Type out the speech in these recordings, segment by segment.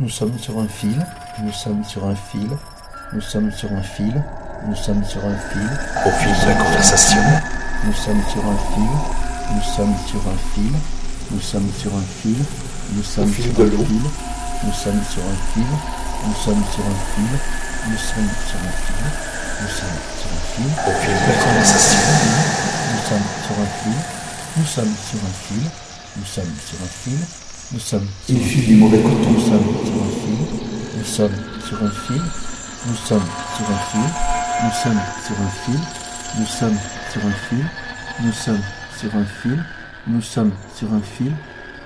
Nous sommes sur un fil, nous sommes sur un fil, nous sommes sur un fil, nous sommes sur un fil. Au fil de la conversation, Nous sommes sur un fil, nous sommes sur un fil, nous sommes sur un fil, nous sommes sur fil de un l'eau. fil, nous sommes sur un fil, nous sommes sur un fil, nous sommes sur un fil, nous sommes sur un fil, au fil de la conversation, nous sommes sur un fil, nous sommes sur un fil, nous sommes sur un fil, nous sommes sur un fil du mauvais coton, nous sommes sur un fil, nous sommes sur un fil, nous sommes sur un fil, nous sommes sur un fil, nous sommes sur un fil, nous sommes sur un fil, nous sommes sur un fil,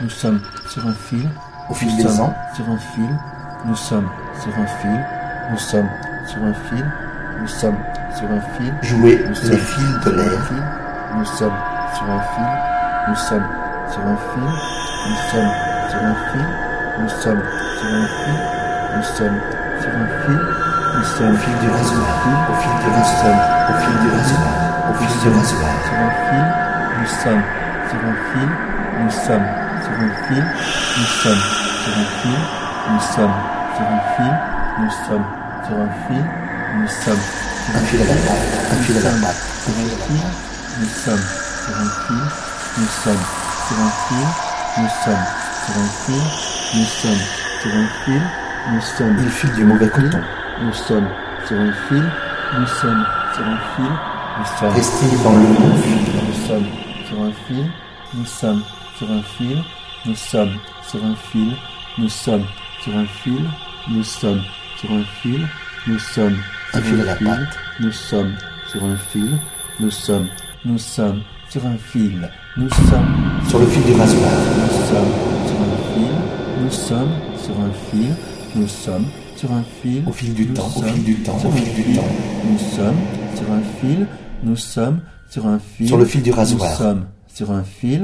nous sommes sur un fil, Au fil nous des sommes ans. sur un fil, nous sommes sur un fil, nous sommes sur un fil, nous sommes sur un fil, jouer nous les sommes fils de sur un l'air, fil, nous sommes sur un fil, nous sommes sur un fil, nous sommes sur un fil, nous sommes sur un fil, nous sommes sur un fil, nous sommes fil du sur un rasoir, fil, au fil du nous rasoir, sommes au fil du rasoir, au nous fil sommes du rasoir, sur un fil, nous sommes sur un fil, nous sommes sur un fil, nous sommes sur un fil, nous sommes sur un fil, nous sommes sur un fil, nous sommes sur un fil à la patte, un fil à la patte, sur un fil, nous sommes sur un fil, nous sommes sur un fil, nous sommes sur un fil, nous sommes sur un fil, nous sommes il fil du mauvais coton, nous sommes sur un fil, nous sommes sur un fil, nous sommes rester dans le bon fil, nous sommes sur un fil, nous sommes sur un fil, nous sommes sur un fil, nous sommes sur un fil, nous sommes sur un fil, nous sommes Un sur fil à un la fil, patte. nous sommes sur un fil, nous sommes, nous sommes sur un fil, nous sommes sur le fil du rasoir, nous sommes sur un fil, nous sommes sur un fil, nous sommes sur un fil. Au fil du nous temps, au sommes fil du temps, sur au un fil du fil, temps. Nous sommes sur un fil, nous sommes sur un fil. Sur le fil du rasoir. Nous sommes sur un fil.